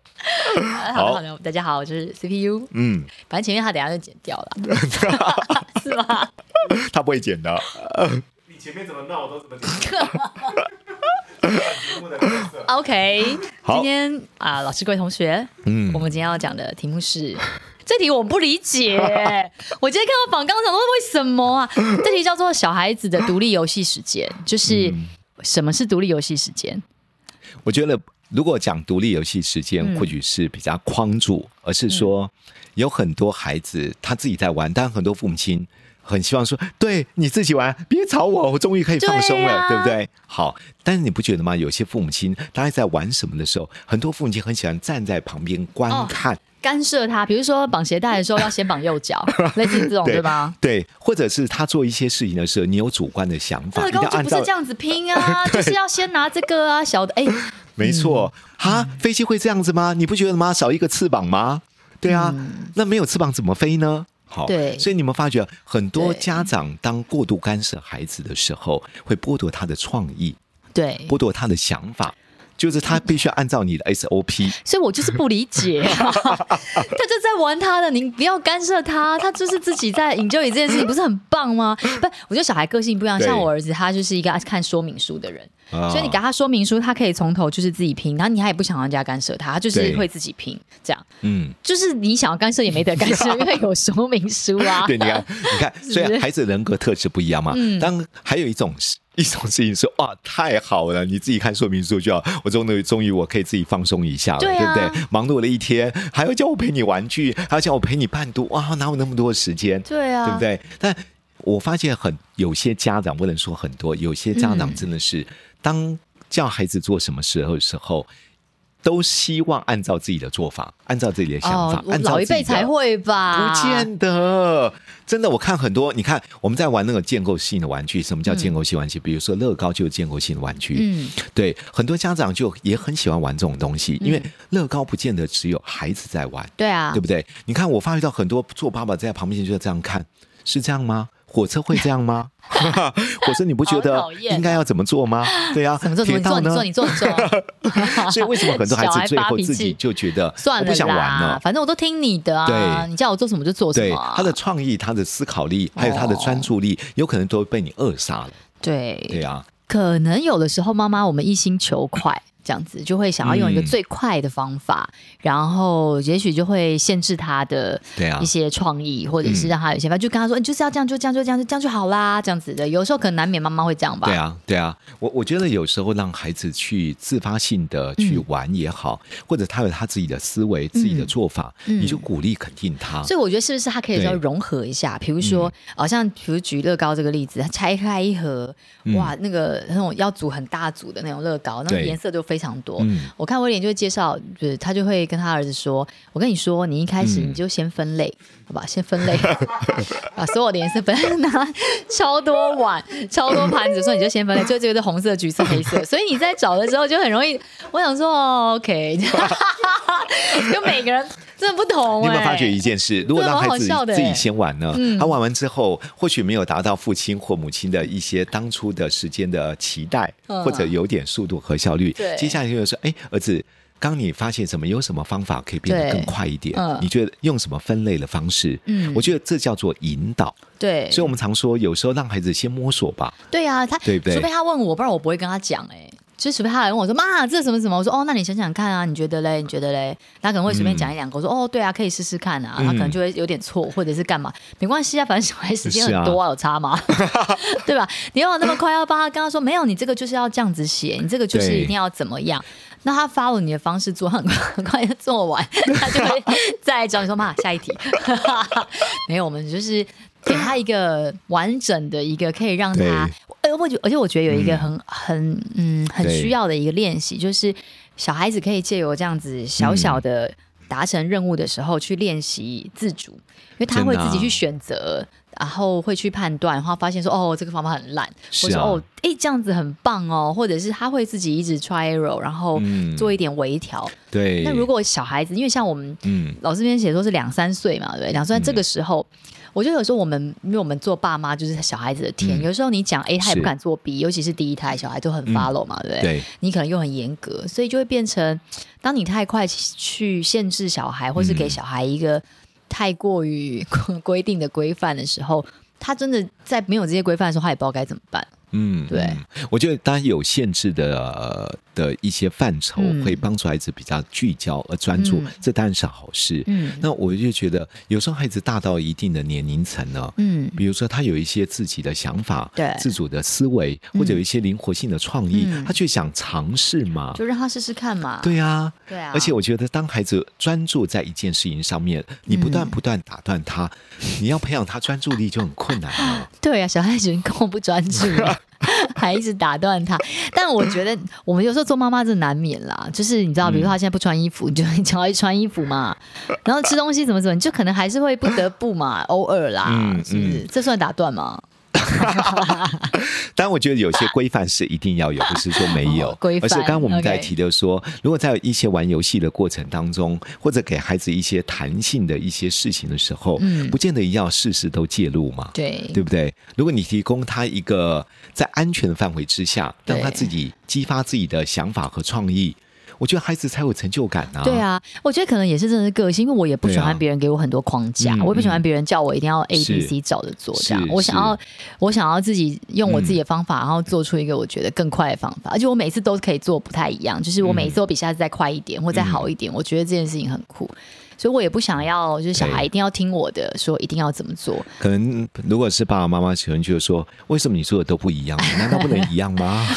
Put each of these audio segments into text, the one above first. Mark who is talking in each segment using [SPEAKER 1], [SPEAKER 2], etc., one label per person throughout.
[SPEAKER 1] 好的，好的，大家好，我是 CPU。
[SPEAKER 2] 嗯，
[SPEAKER 1] 反正前面他等一下就剪掉了，是吗？
[SPEAKER 2] 他不会剪的，
[SPEAKER 3] 你前面怎么闹，我都怎么听。节目的特色
[SPEAKER 1] OK，
[SPEAKER 2] 好
[SPEAKER 1] 今天啊，老师各位同学，
[SPEAKER 2] 嗯
[SPEAKER 1] 我，们今天要讲的题目是。 这题我不理 解，我今天看到榜纲，想说为什么啊？这题叫做“小孩子的独立游戏时间”，就是
[SPEAKER 2] 嗯
[SPEAKER 1] 什么是独立游戏时间？
[SPEAKER 2] 我觉得如果讲独立游戏时间，
[SPEAKER 1] 嗯
[SPEAKER 2] 或许是比较框住，而是说有很多孩子他自己在玩，但很多父母亲很希望说，对你自己玩，别吵我，我终于可以放松了，对
[SPEAKER 1] 对啊
[SPEAKER 2] 不对？好，但是你不觉得吗？有些父母亲他在玩什么的时候，很多父母亲很喜欢站在旁边观
[SPEAKER 1] 哦
[SPEAKER 2] 看。
[SPEAKER 1] 干涉他，比如说绑鞋带的时候要先绑右 脚，类似这种哦对吧？
[SPEAKER 2] 对，或者是他做一些事情的时候，你有主观的想法，
[SPEAKER 1] 乐
[SPEAKER 2] 一定
[SPEAKER 1] 高
[SPEAKER 2] 要
[SPEAKER 1] 就
[SPEAKER 2] 按
[SPEAKER 1] 不
[SPEAKER 2] 照
[SPEAKER 1] 是这样子拼 啊，就是要先拿这个啊，小的哎，
[SPEAKER 2] 没
[SPEAKER 1] 嗯
[SPEAKER 2] 错，哈，飞机会这样子吗？你不觉得吗？少一个翅膀吗？对啊，那没有翅膀怎么飞呢？好，
[SPEAKER 1] 嗯对
[SPEAKER 2] 所以你们发觉很多
[SPEAKER 1] 对
[SPEAKER 2] 家长当过度干涉孩子的时候，会剥夺他的创意，
[SPEAKER 1] 对，
[SPEAKER 2] 剥夺他的想法，就是他必须按照你的 SOP。
[SPEAKER 1] 所以我就是不理解，啊 他就在玩他的，您不要干涉他，他就是自己在 enjoy 这件事情，不是很棒吗？不，我觉得小孩个性不一样，
[SPEAKER 2] 对
[SPEAKER 1] 像我儿子，他就是一个爱看说明书的人，
[SPEAKER 2] 啊
[SPEAKER 1] 所以你给他说明书，他可以从头就是自己拼，然后你还也不想让人家干涉他，他就是
[SPEAKER 2] 对
[SPEAKER 1] 会自己拼，这样
[SPEAKER 2] 嗯，
[SPEAKER 1] 就是你想要干涉也没得干涉，因为有说明书啊。
[SPEAKER 2] 对，你看，你看，虽然孩子人格特质不一样嘛，
[SPEAKER 1] 嗯
[SPEAKER 2] 当还有一种事一种事情说，哇，太好了，你自己看说明书就好，我终于终于我可以自己放松一下了，
[SPEAKER 1] 对啊
[SPEAKER 2] 不对？忙碌了一天，还要叫我陪你玩具，还要叫我陪你伴读，哇，哪有那么多时间？
[SPEAKER 1] 对啊，
[SPEAKER 2] 对不对？但我发现很有些家长不能说很多，有些家
[SPEAKER 1] 嗯
[SPEAKER 2] 长真的是、当叫孩子做什么时候的时候，都希望按照自己的做法，按照自己的想法，
[SPEAKER 1] 哦，
[SPEAKER 2] 按照
[SPEAKER 1] 老一
[SPEAKER 2] 自己
[SPEAKER 1] 辈
[SPEAKER 2] 的
[SPEAKER 1] 才会吧？
[SPEAKER 2] 不见得，真的，我看很多，你看我们在玩那个建构性的玩具，什么叫建构性玩具？比如说乐高就是建构性的玩具，
[SPEAKER 1] 嗯，
[SPEAKER 2] 对，很多家长就也很喜欢玩这种东西，因为乐高不见得只有孩子在玩，
[SPEAKER 1] 对嗯啊，
[SPEAKER 2] 对不对？你看，我发觉到很多做爸爸在旁边就这样看，是这样吗？火车会这样 吗？火车你不觉得
[SPEAKER 1] 好讨厌啊
[SPEAKER 2] 应该要怎么做吗？对啊，
[SPEAKER 1] 怎么做？怎
[SPEAKER 2] 铁
[SPEAKER 1] 么
[SPEAKER 2] 道
[SPEAKER 1] 做？你
[SPEAKER 2] 呢
[SPEAKER 1] 做，？你做，你做。
[SPEAKER 2] 所以为什么很多孩
[SPEAKER 1] 小
[SPEAKER 2] 子
[SPEAKER 1] 孩
[SPEAKER 2] 最
[SPEAKER 1] 发
[SPEAKER 2] 后
[SPEAKER 1] 脾
[SPEAKER 2] 自己
[SPEAKER 1] 气
[SPEAKER 2] 就觉得
[SPEAKER 1] 算
[SPEAKER 2] 我
[SPEAKER 1] 了
[SPEAKER 2] 不想玩
[SPEAKER 1] 啦
[SPEAKER 2] 了，？
[SPEAKER 1] 反正我都听你的啊，
[SPEAKER 2] 对
[SPEAKER 1] 你叫我做什么就做什
[SPEAKER 2] 对
[SPEAKER 1] 么啊。哦
[SPEAKER 2] 他的创意、他的思考力，还有他的专注力，有可能都被你扼杀了。
[SPEAKER 1] 对
[SPEAKER 2] 对啊，
[SPEAKER 1] 可能有的时候妈妈我们一心求快，这样子就会想要用一个
[SPEAKER 2] 嗯
[SPEAKER 1] 最快的方法，然后也许就会限制他的
[SPEAKER 2] 对啊嗯
[SPEAKER 1] 一些创意，或者是让他有些，反正就跟他说，你就是要这样，就这样，就这样，就这样就好啦，这样子的。有时候可能难免妈妈会这样吧。
[SPEAKER 2] 对啊，对啊。我我觉得有时候让孩子去自发性的去
[SPEAKER 1] 嗯
[SPEAKER 2] 玩也好，或者他有他自己的思维、自己的做法，
[SPEAKER 1] 嗯
[SPEAKER 2] 你就鼓励肯定他。
[SPEAKER 1] 所以我觉得是不是他可以
[SPEAKER 2] 对嗯
[SPEAKER 1] 稍微融合一下？比如说，好、像比如举乐高这个例子，它拆开一盒，哇，那个那种要组很大组的那种乐高，那个
[SPEAKER 2] 嗯对
[SPEAKER 1] 颜色就非常多。
[SPEAKER 2] 嗯
[SPEAKER 1] 我看威廉就会介绍，就是他就会跟他儿子说：“我跟你说，你一开始
[SPEAKER 2] 嗯
[SPEAKER 1] 你就先分类，好吧？先 分类，把所有的颜色分类拿超多碗、超多盘子，说你就先分类，最这个是红色、橘色、黑 色。所以你在找的时候就很容易。我想说、哦、，OK，就每个人真的不同、欸。
[SPEAKER 2] 你有没有发觉一件事？如果让
[SPEAKER 1] 蛮
[SPEAKER 2] 孩
[SPEAKER 1] 好
[SPEAKER 2] 子
[SPEAKER 1] 笑的
[SPEAKER 2] 自己
[SPEAKER 1] 欸
[SPEAKER 2] 先玩呢，他玩完之后，或许没有达到父亲或母亲的一些当初的时间的期待，
[SPEAKER 1] 嗯
[SPEAKER 2] 或者有点速度和效率
[SPEAKER 1] 对。
[SPEAKER 2] 接下来就会说：“哎，儿子。”刚你发现什么，有什么方法可以变得
[SPEAKER 1] 对
[SPEAKER 2] 更快一点？
[SPEAKER 1] 嗯
[SPEAKER 2] 你觉得用什么分类的方式？
[SPEAKER 1] 嗯
[SPEAKER 2] 我觉得这叫做引导。
[SPEAKER 1] 对，
[SPEAKER 2] 所以我们常说，有时候让孩子先摸索吧。
[SPEAKER 1] 对啊，他
[SPEAKER 2] 对不对
[SPEAKER 1] 除非他问我，不然我不会跟他讲哎、就除非他来问我说：“妈，这什么什么？”我说：“哦，那你想想看啊，你觉得嘞？你觉得嘞？”他可能会随便讲一两个，我说：“哦，对啊，可以试试看啊。”
[SPEAKER 2] 嗯
[SPEAKER 1] 他可能就会有点错，或者是干嘛？没关系啊，反正小 孩时间很多啊，有差吗？对吧？你要那么快要帮他跟他说，没有，你这个就是要这样子写，你这个就是
[SPEAKER 2] 对
[SPEAKER 1] 一定要怎么样。那他发了你的方式做，很快很快就 做完，他就会再来找你说：“妈，下一题。”没有，我们就是给他一个完整的一个可以让他，呃，我觉而且我觉得有一个很、很嗯很
[SPEAKER 2] 对
[SPEAKER 1] 需要的一个练习，就是小孩子可以借由这样子
[SPEAKER 2] 嗯
[SPEAKER 1] 小小的达成任务的时候去练习自主，因为他
[SPEAKER 2] 真的
[SPEAKER 1] 会
[SPEAKER 2] 啊
[SPEAKER 1] 自己去选择。然后会去判断，然后发现说哦，这个方法很烂，
[SPEAKER 2] 是
[SPEAKER 1] 或者
[SPEAKER 2] 啊
[SPEAKER 1] 说哦，哎，这样子很棒哦，或者是他会自己一直 try error，然后
[SPEAKER 2] 嗯
[SPEAKER 1] 做一点微调。
[SPEAKER 2] 对。
[SPEAKER 1] 那如果小孩子，因为像我们
[SPEAKER 2] 嗯，
[SPEAKER 1] 老师这边写说是两三岁嘛，对不对？两三
[SPEAKER 2] 嗯
[SPEAKER 1] 岁这个时候，我觉得有时候我们因为我们做爸妈就是小孩子的天，
[SPEAKER 2] 嗯
[SPEAKER 1] 有时候你讲 A 他也
[SPEAKER 2] 是
[SPEAKER 1] 不敢做 B，尤其是第一胎小孩都很
[SPEAKER 2] 嗯
[SPEAKER 1] follow 嘛，对不对？
[SPEAKER 2] 对，
[SPEAKER 1] 你可能又很严格，所以就会变成，当你太快去限制小孩，或是给
[SPEAKER 2] 嗯
[SPEAKER 1] 小孩一个太过于规定的规范的时候。他真的在没有这些规范的时候，他也不知道该怎么办。
[SPEAKER 2] 嗯，
[SPEAKER 1] 对
[SPEAKER 2] 嗯我觉得当然有限制的、呃的一些范畴
[SPEAKER 1] 嗯
[SPEAKER 2] 会帮助孩子比较聚焦而专注，
[SPEAKER 1] 嗯
[SPEAKER 2] 这当然是好事。
[SPEAKER 1] 嗯
[SPEAKER 2] 那我就觉得有时候孩子大到一定的年龄层呢，
[SPEAKER 1] 嗯，
[SPEAKER 2] 比如说他有一些自己的想法，
[SPEAKER 1] 对
[SPEAKER 2] 自主的思维，或者有一些灵活性的创意，
[SPEAKER 1] 嗯
[SPEAKER 2] 他去想尝试嘛。
[SPEAKER 1] 就让他试试看嘛。
[SPEAKER 2] 对啊，
[SPEAKER 1] 对啊，
[SPEAKER 2] 而且我觉得，当孩子专注在一件事情上面，你不断
[SPEAKER 1] 嗯
[SPEAKER 2] 不断打断他，你要培养他专注力就很困难了。
[SPEAKER 1] 对啊，小孩子 已经跟我不专 注了，还一直打断他。但我觉得我们有时候做妈妈真的难免啦，就是你知道，
[SPEAKER 2] 嗯
[SPEAKER 1] 比如说他现在不穿衣服， 你就你叫他去穿衣服嘛，然后吃东西怎么怎么，你就可能还是会不得不嘛，偶尔啦，
[SPEAKER 2] 嗯
[SPEAKER 1] 是不是？这算打断吗？
[SPEAKER 2] 当然，我觉得有些规范是一定要有，不是说没有。
[SPEAKER 1] 哦规范
[SPEAKER 2] 而是刚刚我们在
[SPEAKER 1] OK
[SPEAKER 2] 提的说如果在一些玩游戏的过程当中，或者给孩子一些弹性的一些事情的时候，
[SPEAKER 1] 嗯
[SPEAKER 2] 不见得一定要事事都介入嘛，
[SPEAKER 1] 对，
[SPEAKER 2] 对不对？如果你提供他一个在安全的范围之下，
[SPEAKER 1] 对
[SPEAKER 2] 让他自己激发自己的想法和创意，我觉得孩子才有成就感啊。
[SPEAKER 1] 对，啊，我觉得可能也是真的是个性，因为我也不喜
[SPEAKER 2] 对啊
[SPEAKER 1] 欢别人给我很多框架，
[SPEAKER 2] 嗯
[SPEAKER 1] 我也不喜欢
[SPEAKER 2] 嗯
[SPEAKER 1] 别人叫我一定要 A
[SPEAKER 2] 是
[SPEAKER 1] B C 照着做这样
[SPEAKER 2] 是。
[SPEAKER 1] 我想
[SPEAKER 2] 是嗯
[SPEAKER 1] 要，我想要自己用我自己的方法，然后做出一个我觉得更快的方法，而且我每次都可以做不太一样，就是我每一
[SPEAKER 2] 嗯
[SPEAKER 1] 次都比下次再快一点或再好一点，我觉得这件事情很酷。所以我也不想要，就是小孩
[SPEAKER 2] 对
[SPEAKER 1] 一定要听我的，说一定要怎么做。
[SPEAKER 2] 可能如果是爸爸妈妈，可能就说：为什么你说的都不一样？难道不能一样吗？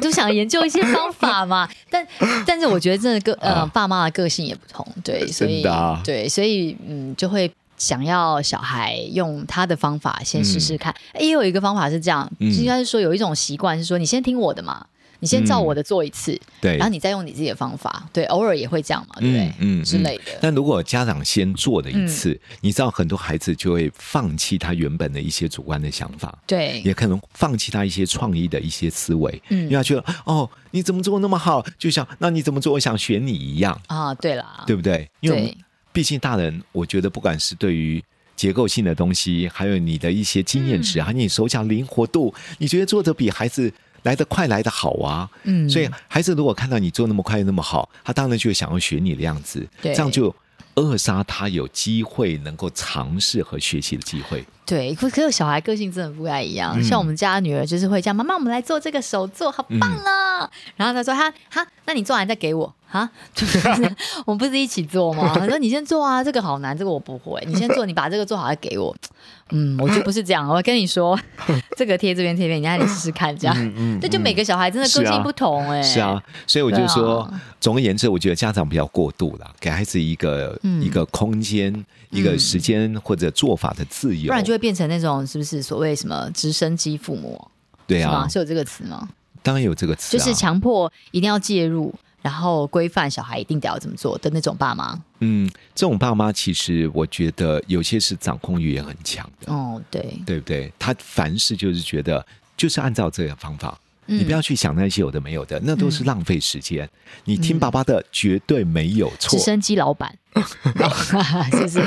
[SPEAKER 1] 就想研究一些方法嘛。但但是我觉得真的个呃、
[SPEAKER 2] 啊
[SPEAKER 1] 爸妈的个性也不同，对，所以
[SPEAKER 2] 真的啊
[SPEAKER 1] 对，所以嗯就会。想要小孩用他的方法先试试看，诶也有一个方法是这样，
[SPEAKER 2] 嗯
[SPEAKER 1] 应该是说有一种习惯是说，你先听我的嘛，你先照我的做一次，
[SPEAKER 2] 嗯对，
[SPEAKER 1] 然后你再用你自己的方法，对，偶尔也会这样嘛，对不对
[SPEAKER 2] 嗯？嗯
[SPEAKER 1] 之类的。
[SPEAKER 2] 但如果家长先做了一次，
[SPEAKER 1] 嗯
[SPEAKER 2] 你知道很多孩子就会放弃他原本的一些主观的想法，
[SPEAKER 1] 对，
[SPEAKER 2] 也可能放弃他一些创意的一些思维，
[SPEAKER 1] 嗯
[SPEAKER 2] 因为他觉得哦，你怎么做那么好，就像那你怎么做，我想学你一样，
[SPEAKER 1] 啊，对啦，
[SPEAKER 2] 对不对？因为我们
[SPEAKER 1] 对
[SPEAKER 2] 毕竟大人，我觉得不管是对于。结构性的东西，还有你的一些经验
[SPEAKER 1] 嗯
[SPEAKER 2] 值，还有你手脚灵活度，你觉得做的比孩子来得快，来得好啊？
[SPEAKER 1] 嗯
[SPEAKER 2] 所以孩子如果看到你做那么快那么好，他当然就想要学你的样子，
[SPEAKER 1] 对
[SPEAKER 2] 这样就扼杀他有机会能够尝试和学习的机会。
[SPEAKER 1] 对，可可是小孩个性真的不太一样。
[SPEAKER 2] 嗯
[SPEAKER 1] 像我们家女儿就是会这样，妈妈，我们来做这个手作，好棒
[SPEAKER 2] 嗯
[SPEAKER 1] 啦！然后她说，哈哈，那你做完再给我哈， 就是我们不是一起做吗？她说你先做啊，这个好难，这个我不会，你先做，你把这个做好再给我。嗯，我觉得不是这样，我跟你说，这个贴这边贴那边，你让你试试看，这样。 这就每个小孩真的个
[SPEAKER 2] 嗯是啊
[SPEAKER 1] 性不同哎、
[SPEAKER 2] 是啊，所以我就说，
[SPEAKER 1] 对啊
[SPEAKER 2] 总而言之，我觉得家长不要过度啦，给孩子一个、
[SPEAKER 1] 嗯
[SPEAKER 2] 一个空间、一个时间或者做法的自由，
[SPEAKER 1] 不然就会变成那种是不是所谓什么直升机父母？
[SPEAKER 2] 对
[SPEAKER 1] 是
[SPEAKER 2] 啊
[SPEAKER 1] 吗？，是有这个词吗？
[SPEAKER 2] 当然有这个词、
[SPEAKER 1] 就
[SPEAKER 2] 啊，
[SPEAKER 1] 是强迫一定要介入，然后规范小孩一定得要怎么做的那种爸妈。
[SPEAKER 2] 嗯，这种爸妈其实我觉得有些是掌控欲也很强的，
[SPEAKER 1] 哦，对，
[SPEAKER 2] 对不对？他凡事就是觉得就是按照这个方法，
[SPEAKER 1] 嗯
[SPEAKER 2] 你不要去想那些有的没有的，那都是浪费时间。你
[SPEAKER 1] 嗯
[SPEAKER 2] 听爸爸的绝对没有错
[SPEAKER 1] 直，升机老 板， 是不是？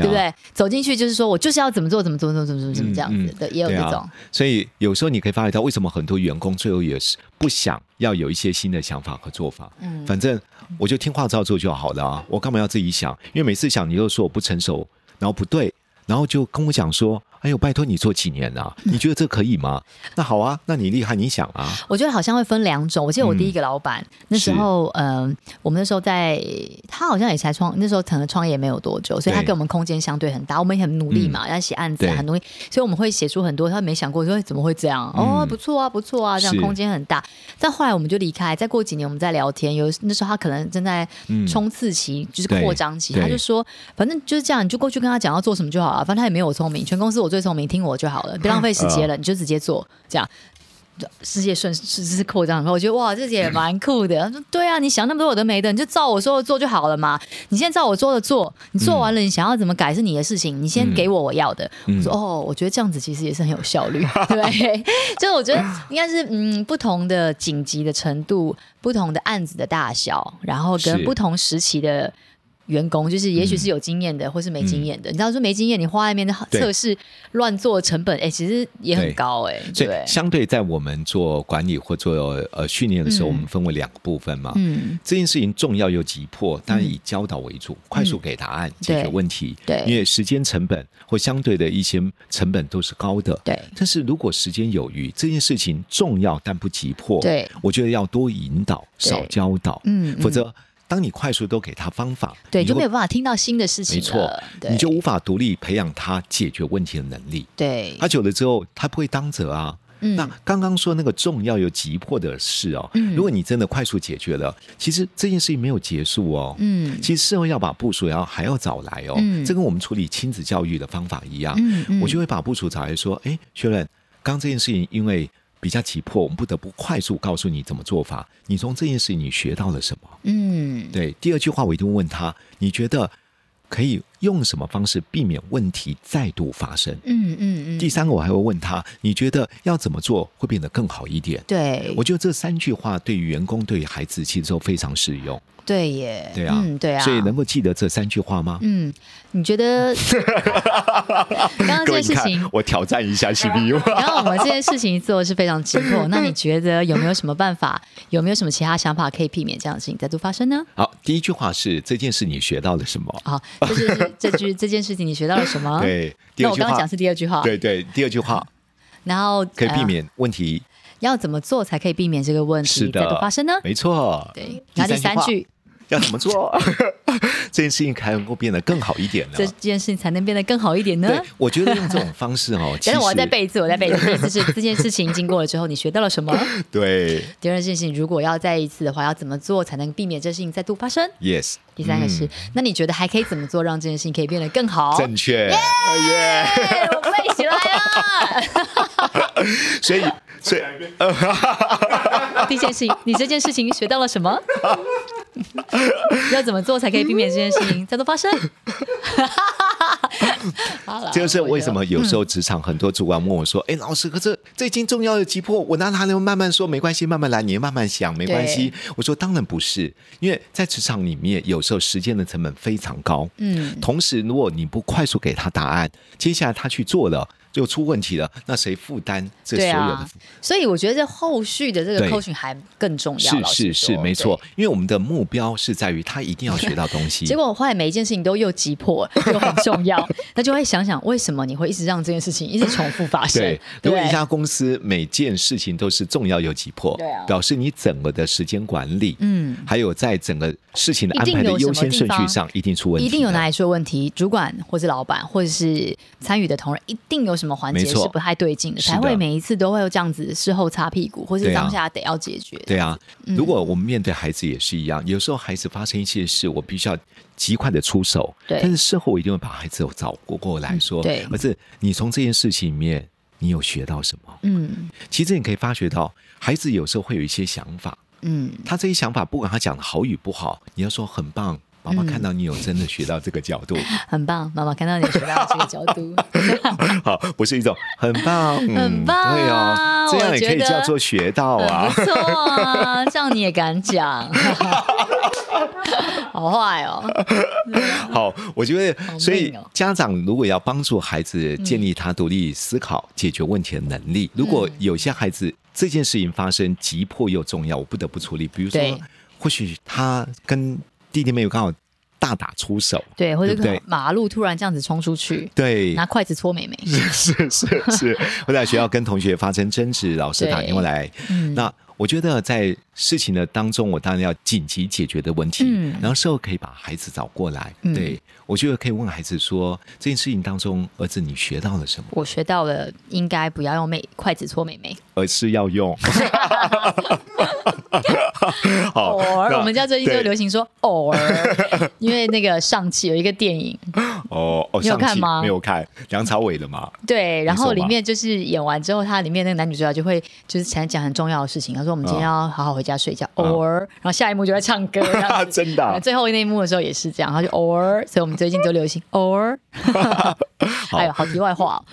[SPEAKER 1] 对
[SPEAKER 2] 啊，
[SPEAKER 1] 不对？走进去就是说我就是要怎么做，怎么做，怎么怎么怎么怎么这样子的，也有
[SPEAKER 2] 嗯对
[SPEAKER 1] 这种
[SPEAKER 2] 啊。。所以有时候你可以发觉到，为什么很多员工最后也是不想要有一些新的想法和做法。
[SPEAKER 1] 嗯
[SPEAKER 2] 反正我就听话照做就好了啊，我干嘛要自己想？因为每次想你又说我不成熟，然后不对，然后就跟我讲说哎呦，拜托你做几年啊？你觉得这可以吗？那好啊，那你厉害，你想啊，
[SPEAKER 1] 我觉得好像会分两种。我记得我
[SPEAKER 2] 嗯
[SPEAKER 1] 第一个老板、那时候，嗯、我们那时候在，他好像也才创，那时候可能创业没有多久，所以他
[SPEAKER 2] 对嗯
[SPEAKER 1] 给我们空间相对很大。我们也很努力嘛，要写案子啊
[SPEAKER 2] 对
[SPEAKER 1] 很努力，所以我们会写出很多他没想过说哎怎么会这样、哦，不错啊，不错啊，这样
[SPEAKER 2] 嗯是
[SPEAKER 1] 空间很大。但后来我们就离开，再过几年我们再聊天，有那时候他可能正在冲刺期，就是扩张期，
[SPEAKER 2] 嗯对
[SPEAKER 1] 他就说，反正就是这样，你就过去跟他讲要做什么就好了，反正他也没有我聪明，全公司我最聪明，听我就好了，别浪费时
[SPEAKER 2] 呃
[SPEAKER 1] 间了，你就直接做这样。世界顺势是扩张，然后我觉得哇，这也蛮酷的。他说：“对啊，你想那么多有的没的，你就照我说的做就好了嘛。你现在照我说的做，你做完了，你想要怎么改是你的事情，你先给我我要的。
[SPEAKER 2] 嗯
[SPEAKER 1] 我说：“哦，我觉得这样子其实也是很有效 率。”对，就是我觉得应该是嗯，不同的紧急的程度，不同的案子的大小，然后跟
[SPEAKER 2] 是
[SPEAKER 1] 不同时期的员工，就是也许是有经验的，或是没经验的。你知道说没经验，你花外面的
[SPEAKER 2] 嗯对
[SPEAKER 1] 测试乱做成本，哎、其实也很
[SPEAKER 2] 对
[SPEAKER 1] 高哎、
[SPEAKER 2] 所以
[SPEAKER 1] 对，
[SPEAKER 2] 相对在我们做管理或做呃训练的时
[SPEAKER 1] 嗯
[SPEAKER 2] 候，我们分为两个部分嘛。
[SPEAKER 1] 嗯。
[SPEAKER 2] 这件事情重要又急迫，当然以教导为主，快速给答案，解决
[SPEAKER 1] 嗯对
[SPEAKER 2] 问题。
[SPEAKER 1] 对
[SPEAKER 2] 因为时间成本或相对的一些成本都是高的。
[SPEAKER 1] 对
[SPEAKER 2] 但是如果时间有余，这件事情重要但不急迫，
[SPEAKER 1] 对，
[SPEAKER 2] 我觉得要多引导，
[SPEAKER 1] 对
[SPEAKER 2] 少教导，
[SPEAKER 1] 嗯嗯
[SPEAKER 2] 否则当你快速都给他方法，
[SPEAKER 1] 对，
[SPEAKER 2] 你
[SPEAKER 1] 就
[SPEAKER 2] 会
[SPEAKER 1] 没有办法听到新的事情
[SPEAKER 2] 没错
[SPEAKER 1] 了，对
[SPEAKER 2] 你就无法独立培养他解决问题的能力。
[SPEAKER 1] 对，
[SPEAKER 2] 他久了之后，他不会当责啊。
[SPEAKER 1] 嗯
[SPEAKER 2] 那刚刚说那个重要又急迫的事哦，
[SPEAKER 1] 嗯
[SPEAKER 2] 如果你真的快速解决了，其实这件事情没有结束哦。
[SPEAKER 1] 嗯
[SPEAKER 2] 其实事后要把部署要还要找来哦，
[SPEAKER 1] 嗯
[SPEAKER 2] 这跟我们处理亲子教育的方法一样，
[SPEAKER 1] 嗯嗯
[SPEAKER 2] 我就会把部署找来说，哎，学仁，刚这件事情因为比较急迫，我们不得不快速告诉你怎么做法，你从这件事情你学到了什么？
[SPEAKER 1] 嗯
[SPEAKER 2] 对，第二句话我一定问他，你觉得可以用什么方式避免问题再度发生？
[SPEAKER 1] 嗯嗯
[SPEAKER 2] 第
[SPEAKER 1] 嗯，
[SPEAKER 2] 三个，我还会问他，你觉得要怎么做会变得更好一点？
[SPEAKER 1] 对，
[SPEAKER 2] 我觉得这三句话对于员工、对于孩子其实都非常适用。
[SPEAKER 1] 对耶，
[SPEAKER 2] 对啊，
[SPEAKER 1] 嗯对啊，
[SPEAKER 2] 所以能够记得这三句话吗？
[SPEAKER 1] 嗯，你觉得刚刚 这件事情，
[SPEAKER 2] 我挑战 一下 CPU。
[SPEAKER 1] 然后我们这件事情做的是非常急迫，那你觉得有没有什么办法，有没有什么其他想法可以避免这样的事情再度发生呢？
[SPEAKER 2] 好，第一句话是这件事你学到了什么？
[SPEAKER 1] 好，这就 是这句这件事情，你学到了什么？，
[SPEAKER 2] 对，第
[SPEAKER 1] 哦那
[SPEAKER 2] 二
[SPEAKER 1] 我
[SPEAKER 2] 句
[SPEAKER 1] 刚刚
[SPEAKER 2] 话
[SPEAKER 1] 讲是嗯第二句话，
[SPEAKER 2] 对对，第二句话
[SPEAKER 1] 然后
[SPEAKER 2] 可以避、
[SPEAKER 1] 呃
[SPEAKER 2] 免问题
[SPEAKER 1] 要怎么做才可以避免这个啊问
[SPEAKER 2] 是
[SPEAKER 1] 题再
[SPEAKER 2] 的
[SPEAKER 1] 度发生呢？
[SPEAKER 2] 没错，
[SPEAKER 1] 对，然后第三
[SPEAKER 2] 话
[SPEAKER 1] 句，
[SPEAKER 2] 要怎么做， 这件事情才能够变得更好一点呢
[SPEAKER 1] 这？件事情才能变得更好一点呢
[SPEAKER 2] 对？，我觉得用这种方式哦，其
[SPEAKER 1] 等
[SPEAKER 2] 实
[SPEAKER 1] 等，我再背一次，我再背一次。第一次 是这件事情经过了之后，你学到了什么？
[SPEAKER 2] 对
[SPEAKER 1] 第二件事情，如果要再一次的话，要怎么做才能避免这事情再度发生？
[SPEAKER 2] ，yes，嗯
[SPEAKER 1] 第三个是，那你觉得还可以怎么做让这件事情可以变得更好？
[SPEAKER 2] 正确，耶！
[SPEAKER 1] 哎我背起来 了。
[SPEAKER 2] 所以，所以，
[SPEAKER 1] 第一件事情，你这件事情学到了什 么？要怎么做才可以避免这件事情再度发 生？好了，
[SPEAKER 2] 这就是
[SPEAKER 1] 我觉得
[SPEAKER 2] 为什么有时候职场很多主管问我说：“
[SPEAKER 1] 嗯
[SPEAKER 2] 哎，老师，可是这已经重要的急迫，我拿他能慢慢说，没关系，慢慢来，你慢慢想，没关系。”我说：“当然不是，因为在职场里面，有时候时间的成本非常高。
[SPEAKER 1] 嗯
[SPEAKER 2] 同时，如果你不快速给他答案，接下来他去做了，就出问题了，那谁负担这所
[SPEAKER 1] 对
[SPEAKER 2] 有的
[SPEAKER 1] 啊，所以我觉得这后续的这个
[SPEAKER 2] 对
[SPEAKER 1] coaching 还更重要。
[SPEAKER 2] 是
[SPEAKER 1] 老实
[SPEAKER 2] 是是，
[SPEAKER 1] 说
[SPEAKER 2] 没错
[SPEAKER 1] 对。
[SPEAKER 2] 因为我们的目标是在于他一定要学到东西。
[SPEAKER 1] 结果后来每一件事情都又急迫又很重 要，那就会想想为什么你会一直让这件事情一直重复发生
[SPEAKER 2] 对？，
[SPEAKER 1] 对
[SPEAKER 2] 如果一家公司每件事情都是重要又急迫，
[SPEAKER 1] 对啊
[SPEAKER 2] 表示你整个的时间管理，
[SPEAKER 1] 嗯
[SPEAKER 2] 还有在整个事情的
[SPEAKER 1] 一
[SPEAKER 2] 安
[SPEAKER 1] 定
[SPEAKER 2] 排的
[SPEAKER 1] 有什
[SPEAKER 2] 优
[SPEAKER 1] 么
[SPEAKER 2] 先
[SPEAKER 1] 地
[SPEAKER 2] 顺序
[SPEAKER 1] 方
[SPEAKER 2] 上，一定出问题，
[SPEAKER 1] 一定有哪。里出了问题，主管或是老板或者是参与的同仁，一定有什么环节
[SPEAKER 2] 没错
[SPEAKER 1] 是不太对劲的，
[SPEAKER 2] 是的
[SPEAKER 1] 才会每一次都会有这样子事后擦屁股，或是
[SPEAKER 2] 对啊
[SPEAKER 1] 当下得要解决。
[SPEAKER 2] 对啊，
[SPEAKER 1] 嗯
[SPEAKER 2] 如果我们面对孩子也是一样，有时候孩子发生一些事，我必须要极快的出手，
[SPEAKER 1] 对嗯
[SPEAKER 2] 但是事后我一定会把孩子找过过来说，
[SPEAKER 1] 对
[SPEAKER 2] 儿子，你从这件事情里面，你有学到什么？
[SPEAKER 1] 嗯
[SPEAKER 2] 其实你可以发觉到，孩子有时候会有一些想法，
[SPEAKER 1] 嗯，
[SPEAKER 2] 他这些想法，不管他讲的好与不好，你要说很棒，爸爸看到你有真的学到这个角 度，
[SPEAKER 1] 很棒，妈妈看到你学到这个角度，
[SPEAKER 2] 好，不是一种很棒，嗯、
[SPEAKER 1] 很棒
[SPEAKER 2] 对
[SPEAKER 1] 啊
[SPEAKER 2] 哦，这样也可
[SPEAKER 1] 我觉
[SPEAKER 2] 以
[SPEAKER 1] 得
[SPEAKER 2] 叫做学到
[SPEAKER 1] 很
[SPEAKER 2] 啊。
[SPEAKER 1] 不嗯错啊，这样你也敢 讲，好坏哦，
[SPEAKER 2] 好，我觉
[SPEAKER 1] 好
[SPEAKER 2] 得，所以
[SPEAKER 1] 命哦
[SPEAKER 2] 家长如果要帮助孩子建立他独立思考、解决问题的能力，如果有些孩子这件事情发生急迫又重要，我不得不处理，比如
[SPEAKER 1] 对
[SPEAKER 2] 说，或许他跟弟弟妹有刚好。大打出手，
[SPEAKER 1] 对，或者
[SPEAKER 2] 对不对
[SPEAKER 1] 马路突然这样子冲出去，
[SPEAKER 2] 对，
[SPEAKER 1] 拿筷子戳妹妹，
[SPEAKER 2] 是是 是，我在学校跟同学发生争执，老师打电话来。
[SPEAKER 1] 嗯
[SPEAKER 2] 那我觉得在事情的当中，我当然要紧急解决的问题，
[SPEAKER 1] 嗯
[SPEAKER 2] 然后事后可以把孩子找过来。
[SPEAKER 1] 嗯
[SPEAKER 2] 对我觉得可以问孩子说，这件事情当中，儿子你学到了什么？
[SPEAKER 1] 我学到了应该不要用妹筷子戳妹妹，
[SPEAKER 2] 而是要 用。好
[SPEAKER 1] 偶尔
[SPEAKER 2] 哦那
[SPEAKER 1] 我们家最近就
[SPEAKER 2] 对
[SPEAKER 1] 流行说偶 尔，因为那个上汽有一个电影，
[SPEAKER 2] 哦哦，
[SPEAKER 1] 你有
[SPEAKER 2] 上
[SPEAKER 1] 看
[SPEAKER 2] 期
[SPEAKER 1] 吗
[SPEAKER 2] 没有看梁朝伟的 嘛？
[SPEAKER 1] 对，然
[SPEAKER 2] 你
[SPEAKER 1] 后
[SPEAKER 2] 说吧
[SPEAKER 1] 里面就是演完之后，他里面那个男女主角就会就是想讲很重要的事情，他说我们
[SPEAKER 2] 嗯
[SPEAKER 1] 今天要好好回家睡觉，偶尔，然后下一幕就在唱歌，这样
[SPEAKER 2] 啊，
[SPEAKER 1] 子
[SPEAKER 2] 嗯 真的啊、
[SPEAKER 1] 最后那一幕的时候也是这样，他就偶尔，所以我们最近就流 行偶尔。哎呦，好题外话、哦，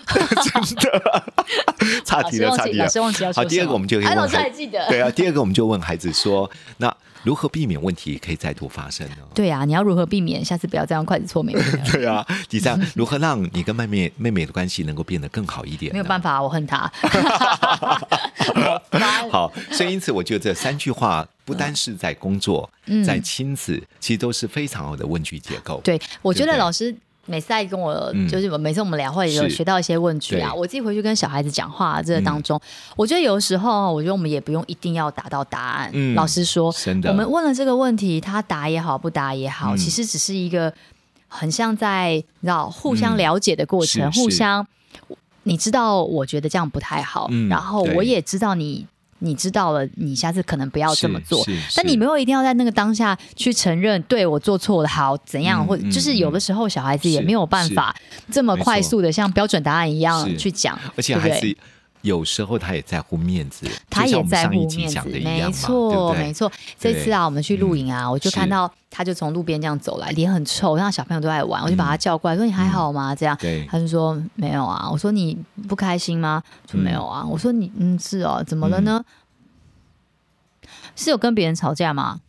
[SPEAKER 2] 差
[SPEAKER 1] 老
[SPEAKER 2] 题
[SPEAKER 1] 师
[SPEAKER 2] 了，
[SPEAKER 1] 忘
[SPEAKER 2] 差
[SPEAKER 1] 记
[SPEAKER 2] 题
[SPEAKER 1] 老
[SPEAKER 2] 了
[SPEAKER 1] 师忘记要。说
[SPEAKER 2] 好，第二
[SPEAKER 1] 什
[SPEAKER 2] 个
[SPEAKER 1] 么
[SPEAKER 2] 我们就可以
[SPEAKER 1] 哎
[SPEAKER 2] 问
[SPEAKER 1] 老师
[SPEAKER 2] 孩
[SPEAKER 1] 还记得
[SPEAKER 2] 对啊，第二个我们就问孩子说，那如何避免问题可以再度发生呢？
[SPEAKER 1] 对啊，你要如何避免下次不要这样筷子错妹 妹？
[SPEAKER 2] 对啊，第三，如何让你跟妹妹妹妹的关系能够变得更好一点？
[SPEAKER 1] 没有办
[SPEAKER 2] 法。
[SPEAKER 1] 法，我恨他。好烦
[SPEAKER 2] 好，所以因此我觉得这三句话不单是在工作，在亲子，其实都是非常好的问句结构。
[SPEAKER 1] 嗯对，我觉
[SPEAKER 2] 对
[SPEAKER 1] 得
[SPEAKER 2] 不对
[SPEAKER 1] 老师每次在跟我，
[SPEAKER 2] 嗯
[SPEAKER 1] 就是每次我们聊会有
[SPEAKER 2] 是
[SPEAKER 1] 学到一些问句啊，
[SPEAKER 2] 对
[SPEAKER 1] 我自己回去跟小孩子讲话啊这个当中，我觉得有时候，我觉得我们也不用一定要达到答案。
[SPEAKER 2] 嗯
[SPEAKER 1] 老师说，
[SPEAKER 2] 真的
[SPEAKER 1] 我们问了这个问题，他答也好，不答也好，
[SPEAKER 2] 嗯
[SPEAKER 1] 其实只是一个很像在你知道互相了解的过程，
[SPEAKER 2] 嗯是
[SPEAKER 1] 互
[SPEAKER 2] 是
[SPEAKER 1] 相。你知道，我觉得这样不太好，
[SPEAKER 2] 嗯
[SPEAKER 1] 然后
[SPEAKER 2] 对
[SPEAKER 1] 我也知道你，你知道了，你下次可能不要这么
[SPEAKER 2] 是
[SPEAKER 1] 做。
[SPEAKER 2] 是
[SPEAKER 1] 但
[SPEAKER 2] 是
[SPEAKER 1] 你没有一定要在那个当下去承认，对我做错了，好怎样，
[SPEAKER 2] 嗯
[SPEAKER 1] 或者
[SPEAKER 2] 嗯
[SPEAKER 1] 就是有的时候小孩子也
[SPEAKER 2] 是
[SPEAKER 1] 没有办法这么
[SPEAKER 2] 没错
[SPEAKER 1] 快速的像标准答案一样
[SPEAKER 2] 是
[SPEAKER 1] 去讲，
[SPEAKER 2] 而且
[SPEAKER 1] 对不
[SPEAKER 2] 孩
[SPEAKER 1] 对
[SPEAKER 2] 子有时候他也在乎面子，
[SPEAKER 1] 他
[SPEAKER 2] 就像
[SPEAKER 1] 也
[SPEAKER 2] 我们
[SPEAKER 1] 在乎
[SPEAKER 2] 上一
[SPEAKER 1] 面
[SPEAKER 2] 集
[SPEAKER 1] 子
[SPEAKER 2] 讲的，一样
[SPEAKER 1] 没
[SPEAKER 2] 嘛，对
[SPEAKER 1] 错
[SPEAKER 2] 不对
[SPEAKER 1] 没错。这次啊，我们去露营啊，我就看到他就从路边这样走来，脸很臭，然后小朋友都在玩，我就把他叫过来，说你还好吗？这样
[SPEAKER 2] 嗯对，
[SPEAKER 1] 他就说没有啊。我说你不开心吗？说没有啊。我说你嗯是哦，怎么了呢？
[SPEAKER 2] 嗯
[SPEAKER 1] 是有跟别人吵架 吗？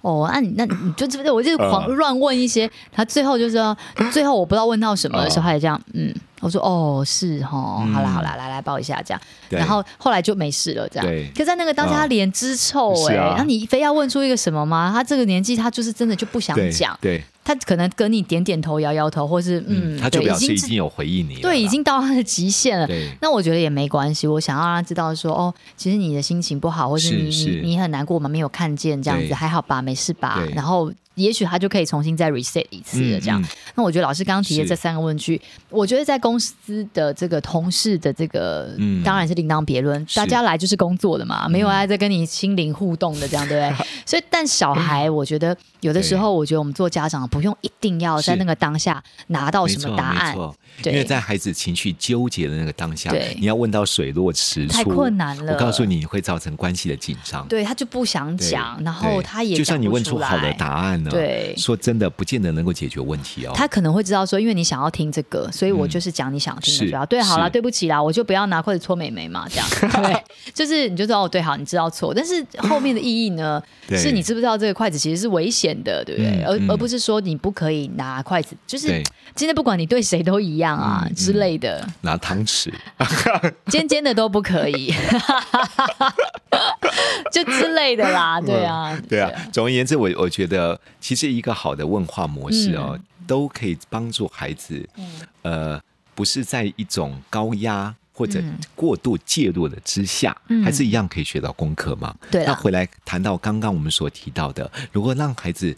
[SPEAKER 1] 哦，那你那你就这，我就狂
[SPEAKER 2] 嗯
[SPEAKER 1] 乱问一些，他最后就是说最后我不知道问到什么的时候，
[SPEAKER 2] 嗯
[SPEAKER 1] 他也这样，嗯，我说哦是哦，好啦好啦，来来抱一下这样，
[SPEAKER 2] 对
[SPEAKER 1] 然后后来就没事了，这
[SPEAKER 2] 对
[SPEAKER 1] 样。可在那个当下，
[SPEAKER 2] 啊
[SPEAKER 1] 他脸之臭哎、
[SPEAKER 2] 是啊
[SPEAKER 1] 那你非要问出一个什么吗？他这个年纪，他就是真的就不想
[SPEAKER 2] 对
[SPEAKER 1] 讲，
[SPEAKER 2] 对，
[SPEAKER 1] 他可能跟你点点头、摇摇头，或是嗯，
[SPEAKER 2] 他就
[SPEAKER 1] 对
[SPEAKER 2] 表示
[SPEAKER 1] 已
[SPEAKER 2] 已
[SPEAKER 1] 经
[SPEAKER 2] 经有回应你了啦，
[SPEAKER 1] 对已经到他的极限了。
[SPEAKER 2] 对
[SPEAKER 1] 那我觉得也没关系，我想要让他知道说，哦，其实你的心情不好，或是
[SPEAKER 2] 是
[SPEAKER 1] 你
[SPEAKER 2] 是
[SPEAKER 1] 你你很难过，我们没有看见这样子，
[SPEAKER 2] 对
[SPEAKER 1] 还好吧，没事吧
[SPEAKER 2] 对？
[SPEAKER 1] 然后也许他就可以重新再 reset 一次了，这样。
[SPEAKER 2] 嗯嗯
[SPEAKER 1] 那我觉得老师刚刚提的
[SPEAKER 2] 是
[SPEAKER 1] 这三个问句，我觉得在公司的这个同事的这个，
[SPEAKER 2] 嗯
[SPEAKER 1] 当然是另当别论，
[SPEAKER 2] 是嗯
[SPEAKER 1] 大家来就是工作的嘛，没有来在跟你心灵互动的这样，对不对？ 所以，但小孩，
[SPEAKER 2] 嗯
[SPEAKER 1] 我觉得有的时候，我觉得我们做家长不用一定要在
[SPEAKER 2] 是
[SPEAKER 1] 那个当下拿到哦
[SPEAKER 2] 没
[SPEAKER 1] 什么
[SPEAKER 2] 错
[SPEAKER 1] 答案
[SPEAKER 2] 没，错，
[SPEAKER 1] 对
[SPEAKER 2] 因为在孩子情绪纠结的那个当下
[SPEAKER 1] 对，
[SPEAKER 2] 你要问到水落石出，
[SPEAKER 1] 太困难了
[SPEAKER 2] 我告诉你，你会造成关系的紧张。
[SPEAKER 1] 对他就不想
[SPEAKER 2] 对
[SPEAKER 1] 讲，然后
[SPEAKER 2] 对
[SPEAKER 1] 他也
[SPEAKER 2] 就算
[SPEAKER 1] 讲
[SPEAKER 2] 你
[SPEAKER 1] 不
[SPEAKER 2] 问出好的
[SPEAKER 1] 来
[SPEAKER 2] 答案呢，
[SPEAKER 1] 对
[SPEAKER 2] 说真的，不见得能够解决问题哦。
[SPEAKER 1] 他可能会知道说，因为你想要听这个，所以我就是讲你想听的
[SPEAKER 2] 嗯是
[SPEAKER 1] 就好。对，好啦，
[SPEAKER 2] 是
[SPEAKER 1] 对不起啦，我就不要拿筷子戳美眉嘛，这样对，就是你就知道哦，对，好，你知道错，但是后面的意义呢，
[SPEAKER 2] 对
[SPEAKER 1] 是你知不知道这个筷子其实是危险的，对不对？
[SPEAKER 2] 嗯
[SPEAKER 1] 而、
[SPEAKER 2] 嗯
[SPEAKER 1] 而不是说你不可以拿筷子，就是
[SPEAKER 2] 对
[SPEAKER 1] 今天不管你对谁都一样啊、
[SPEAKER 2] 嗯
[SPEAKER 1] 之类 的，
[SPEAKER 2] 拿 汤匙，
[SPEAKER 1] 尖尖的都不可以， 就之类的啦，对啊，
[SPEAKER 2] 对啊。总而言之，我我觉得其实一个好的问话模式哦，
[SPEAKER 1] 嗯
[SPEAKER 2] 都可以帮助孩子，呃，不是在一种高压。或者
[SPEAKER 1] 嗯
[SPEAKER 2] 过度介入的之下，
[SPEAKER 1] 嗯
[SPEAKER 2] 还是一样可以学到功课嘛？
[SPEAKER 1] 对
[SPEAKER 2] 那
[SPEAKER 1] 啦
[SPEAKER 2] 回来谈到刚刚我们所提到的，如果让孩子，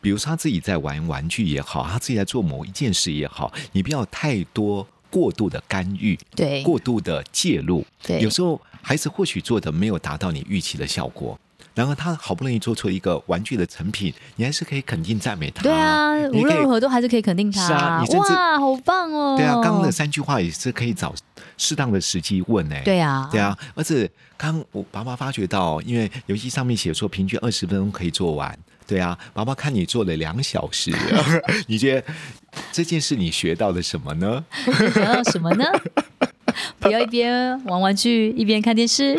[SPEAKER 2] 比如说他自己在玩玩具也好，他自己在做某一件事也好，你不要太多过度的干预，
[SPEAKER 1] 对
[SPEAKER 2] 过度的介入，
[SPEAKER 1] 对
[SPEAKER 2] 有时候孩子或许做的没有达到你预期的效果。然后他好不容易做出一个玩具的成品，你还是可以肯定赞美他。
[SPEAKER 1] 对啊，
[SPEAKER 2] 你
[SPEAKER 1] 无
[SPEAKER 2] 可以
[SPEAKER 1] 论如何都还是可以肯定他、
[SPEAKER 2] 是啊你甚至
[SPEAKER 1] 哇，好棒哦！
[SPEAKER 2] 对啊，刚刚的三句话也是可以找适当的时机问哎、
[SPEAKER 1] 对啊，
[SPEAKER 2] 对啊，而且刚我爸爸发觉到，因为游戏上面写说平均二十分钟可以做完，对啊，爸爸看你做了两小时， 你觉得这件事你学到了什么呢？
[SPEAKER 1] 想要什么呢？ 不要一边玩玩具一边看电 视。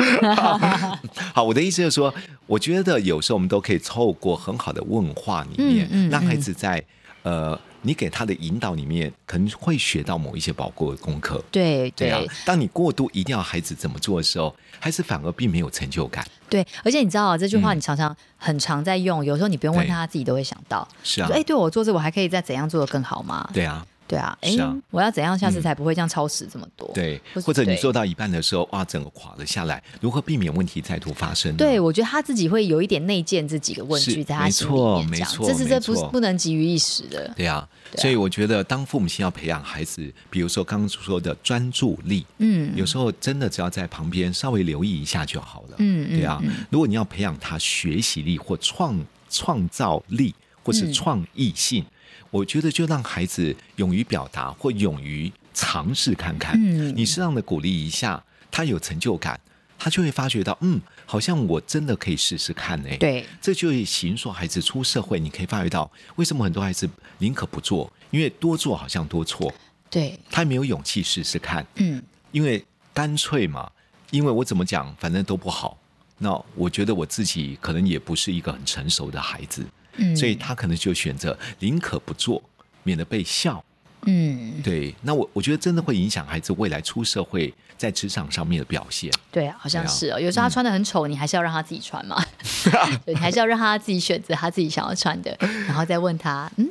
[SPEAKER 2] 好，我的意思就是说，我觉得有时候我们都可以透过很好的问话里面，
[SPEAKER 1] 嗯嗯
[SPEAKER 2] 让孩子在。呃，你给他的引导里面，可能会学到某一些宝贵的功课。
[SPEAKER 1] 对
[SPEAKER 2] 对啊
[SPEAKER 1] 对，
[SPEAKER 2] 当你过度一定要孩子怎么做的时候，孩子反而并没有成就感。
[SPEAKER 1] 对，而且你知道啊，这句话
[SPEAKER 2] 嗯
[SPEAKER 1] 你常常很常在用，有时候你不用问
[SPEAKER 2] 对
[SPEAKER 1] 他，他自己都会想到。
[SPEAKER 2] 是啊
[SPEAKER 1] 说，哎，对我做这，我还可以再怎样做的更好吗？
[SPEAKER 2] 对啊，
[SPEAKER 1] 对啊，哎
[SPEAKER 2] 是啊，
[SPEAKER 1] 我要怎样下次
[SPEAKER 2] 嗯
[SPEAKER 1] 才不会这样超时这么多？
[SPEAKER 2] 对，
[SPEAKER 1] 或是
[SPEAKER 2] 或者你
[SPEAKER 1] 对
[SPEAKER 2] 做到一半的时候，哇，整个垮了下来，如何避免问题再度发生呢？
[SPEAKER 1] 对，我觉得他自己会有一点内建自己的问句
[SPEAKER 2] 是
[SPEAKER 1] 在他
[SPEAKER 2] 没
[SPEAKER 1] 心里
[SPEAKER 2] 错
[SPEAKER 1] 面，
[SPEAKER 2] 没
[SPEAKER 1] 这样，
[SPEAKER 2] 错
[SPEAKER 1] 这是
[SPEAKER 2] 没
[SPEAKER 1] 这不是
[SPEAKER 2] 错
[SPEAKER 1] 不能急于一时的。
[SPEAKER 2] 对啊，
[SPEAKER 1] 对啊
[SPEAKER 2] 所以我觉得当父母亲要培养孩子，比如说刚刚说的专注力，
[SPEAKER 1] 嗯
[SPEAKER 2] 有时候真的只要在旁边稍微留意一下就好了。
[SPEAKER 1] 嗯嗯
[SPEAKER 2] 对啊，如果你要培养他学习力或创创造力或是
[SPEAKER 1] 嗯
[SPEAKER 2] 创意性，我觉得就让孩子勇于表达或勇于尝试看看。
[SPEAKER 1] 嗯
[SPEAKER 2] 你适当的鼓励一下，他有成就感，他就会发觉到，嗯，好像我真的可以试试看呢、
[SPEAKER 1] 对，
[SPEAKER 2] 这就会形塑孩子出社会，你可以发觉到为什么很多孩子宁可不做，因为多做好像多错，
[SPEAKER 1] 对，
[SPEAKER 2] 他没有勇气试试看，
[SPEAKER 1] 嗯，
[SPEAKER 2] 因为干脆嘛，因为我怎么讲，反正都不好。那我觉得我自己可能也不是一个很成熟的孩子，
[SPEAKER 1] 嗯
[SPEAKER 2] 所以他可能就选择宁可不做，免得被笑。
[SPEAKER 1] 嗯，
[SPEAKER 2] 对，那我我觉得真的会影响孩子未来出社会在职场上面的表 现。
[SPEAKER 1] 对啊，好像
[SPEAKER 2] 对啊
[SPEAKER 1] 是哦。有时候他穿的很丑，你还是要让他自己穿 嘛，对，你还是要让他自己选择他自己想要穿的，然后再问他，嗯，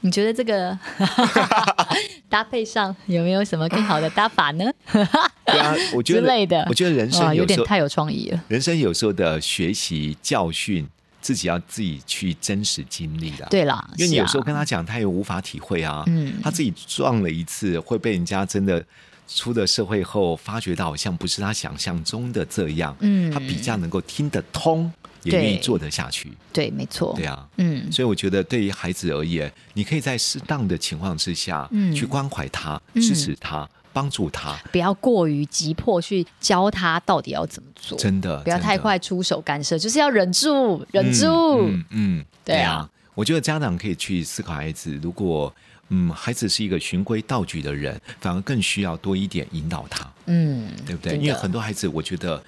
[SPEAKER 1] 你觉得这 个搭配上有没有什么更好的搭法呢？
[SPEAKER 2] 对啊，我觉得
[SPEAKER 1] 之类的
[SPEAKER 2] 我觉得人
[SPEAKER 1] 哇，
[SPEAKER 2] 生
[SPEAKER 1] 有
[SPEAKER 2] 有时
[SPEAKER 1] 点
[SPEAKER 2] 候
[SPEAKER 1] 太有创意了。
[SPEAKER 2] 人生有时候的学习教训，自己要自己去真实经历的。，
[SPEAKER 1] 对啦，
[SPEAKER 2] 因为你
[SPEAKER 1] 是啊
[SPEAKER 2] 有时候跟他讲，他也无法体会啊。
[SPEAKER 1] 嗯
[SPEAKER 2] 他自己撞了一次，会被人家真的出了社会后，发觉到好像不是他想象中的这样。
[SPEAKER 1] 嗯
[SPEAKER 2] 他比较能够听得通，也
[SPEAKER 1] 对
[SPEAKER 2] 愿意做得下去。
[SPEAKER 1] 对，没错，
[SPEAKER 2] 对啊。
[SPEAKER 1] 嗯，
[SPEAKER 2] 所以我觉得，对于孩子而言，你可以在适当的情况之下，
[SPEAKER 1] 嗯
[SPEAKER 2] 去关怀他、
[SPEAKER 1] 嗯
[SPEAKER 2] 支持他、帮助他。
[SPEAKER 1] 不要过于急迫去教他到底要怎么做，
[SPEAKER 2] 真的，
[SPEAKER 1] 不要
[SPEAKER 2] 真的
[SPEAKER 1] 太快出手干涉，就是要忍住，忍住。
[SPEAKER 2] 嗯嗯嗯
[SPEAKER 1] 对啊
[SPEAKER 2] 对啊，我觉得家长可以去思考孩子，如果嗯孩子是一个循规蹈矩的人，反而更需要多一点引导他，
[SPEAKER 1] 嗯，
[SPEAKER 2] 对不对？
[SPEAKER 1] 真的
[SPEAKER 2] 因为很多孩子，我觉得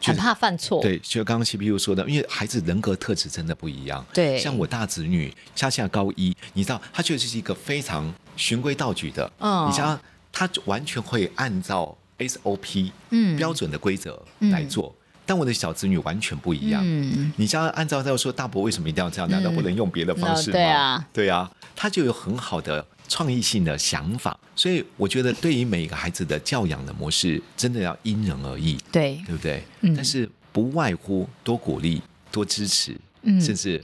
[SPEAKER 2] 就
[SPEAKER 1] 很怕犯错。
[SPEAKER 2] 对，就刚刚 CPU 说的，因为孩子人格特质真的不一样。
[SPEAKER 1] 对
[SPEAKER 2] 像我大侄女，她现在高一，你知道，她就是一个非常循规蹈矩的，
[SPEAKER 1] 嗯
[SPEAKER 2] 你像她她完全会按照 SOP，
[SPEAKER 1] 嗯
[SPEAKER 2] 标准的规则
[SPEAKER 1] 嗯
[SPEAKER 2] 来做。但我的小侄女完全不一样，
[SPEAKER 1] 嗯
[SPEAKER 2] 你像按照这样说，大伯为什么一定要这样？难道不能用别的方式
[SPEAKER 1] 嗯
[SPEAKER 2] 吗？
[SPEAKER 1] 对啊，
[SPEAKER 2] 对啊，他就有很好的创意性的想法。所以我觉得，对于每个孩子的教养的模式，真的要因人而异，
[SPEAKER 1] 对，
[SPEAKER 2] 对不对？
[SPEAKER 1] 嗯
[SPEAKER 2] 但是不外乎多鼓励、多支持，
[SPEAKER 1] 嗯
[SPEAKER 2] 甚至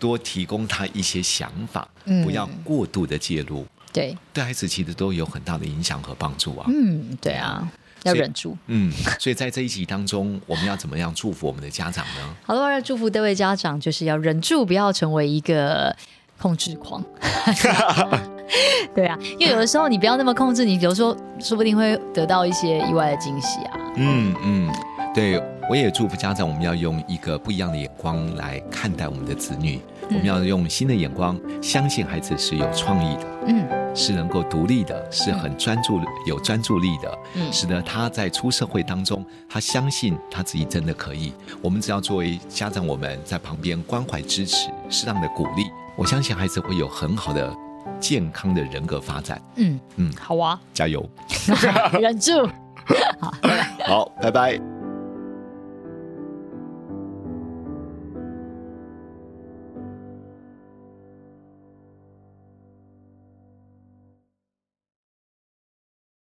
[SPEAKER 2] 多提供他一些想法，
[SPEAKER 1] 嗯
[SPEAKER 2] 不要过度的介入，
[SPEAKER 1] 对，
[SPEAKER 2] 对孩子其实都有很大的影响和帮助啊。
[SPEAKER 1] 嗯，对啊，要
[SPEAKER 2] 所以
[SPEAKER 1] 忍住。
[SPEAKER 2] 嗯，所以在这一集当中，我们要怎么样祝福我们的家长呢？
[SPEAKER 1] 好多人祝福各位家长，就是要忍住，不要成为一个控制狂。 对啊，因为有的时候你不要那么控制，你有时候说不定会得到一些意外的惊喜啊。
[SPEAKER 2] 嗯嗯，对，我也祝福家长，我们要用一个不一样的眼光来看待我们的子女，我们要用新的眼光，相信孩子是有创意的，
[SPEAKER 1] 嗯，
[SPEAKER 2] 是能够独立的，是很专注、有专注力的，
[SPEAKER 1] 嗯
[SPEAKER 2] 使得他在出社会当中，他相信他自己真的可以。我们只要作为家长，我们在旁边关怀支持，适当的鼓励，我相信孩子会有很好的健康的人格发展。
[SPEAKER 1] 嗯
[SPEAKER 2] 嗯
[SPEAKER 1] 好啊，
[SPEAKER 2] 加油！
[SPEAKER 1] 忍住。
[SPEAKER 2] 好，拜拜。